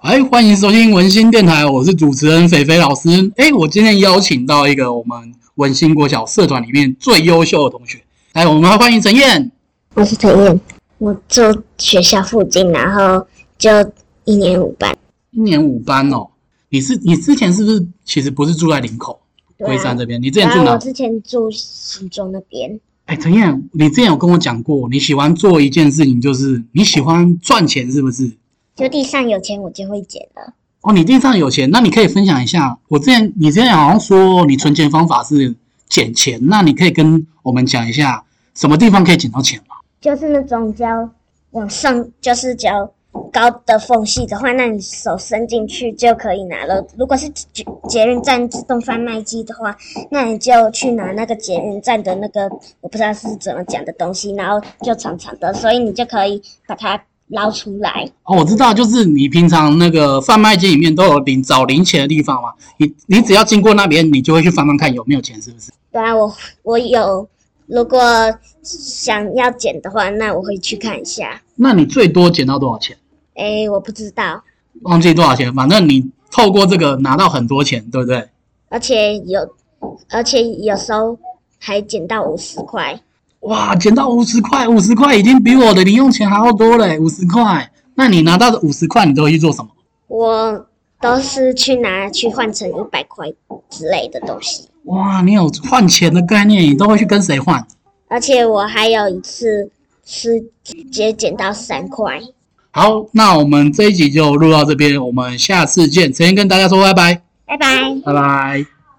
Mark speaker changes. Speaker 1: 哎，欢迎收听文心电台，我是主持人肥肥老师。哎，我今天邀请到一个我们文心国小社团里面最优秀的同学，来，我们来欢迎陈燕。
Speaker 2: 我是陈燕，我住学校附近，然后就一年五班。
Speaker 1: 一年五班哦，你是你之前是不是其实不是住在林口
Speaker 2: 对啊啊
Speaker 1: 龟山这边？你之前
Speaker 2: 然
Speaker 1: 住
Speaker 2: 后
Speaker 1: 哪
Speaker 2: 我？之前住新庄那边，
Speaker 1: 哎，陈燕，你之前有跟我讲过，你喜欢做一件事情，就是你喜欢赚钱，是不是？
Speaker 2: 就地上有钱我就会捡了。
Speaker 1: 哦，你地上有钱，那你可以分享一下。我之前你之前好像说你存钱方法是捡钱，那你可以跟我们讲一下什么地方可以捡到钱吗？
Speaker 2: 就是那种只要往上，就是只要高的缝隙的话，那你手伸进去就可以拿了。如果是捷捷运站自动贩卖机的话，那你就去拿那个捷运站的那个我不知道是怎么讲的东西，然后就长长的，所以你就可以把它捞出来。
Speaker 1: 哦，我知道，就是你平常那个贩卖机里面都有零找零钱的地方嘛，你你只要经过那边，你就会去翻翻看有没有钱，是不是？
Speaker 2: 对啊，我我有，如果想要剪的话，那我会去看一下。
Speaker 1: 那你最多捡到多少钱？
Speaker 2: 诶，我不知道，
Speaker 1: 忘记多少钱，反正你透过这个拿到很多钱，对不对？
Speaker 2: 而且有，而且有时候还捡到五十块。
Speaker 1: 哇，捡到五十块，五十块已经比我的零用钱还要多嘞，五十块。那你拿到的五十块，你都会去做什么？
Speaker 2: 我都是去拿去换成一百块之类的东西。
Speaker 1: 哇，你有换钱的概念，你都会去跟谁换？
Speaker 2: 而且我还有一次是直接捡到三块，
Speaker 1: 好，那我们这一集就录到这边，我们下次见。陈燕跟大家说拜拜，
Speaker 2: 拜拜。
Speaker 1: 拜拜。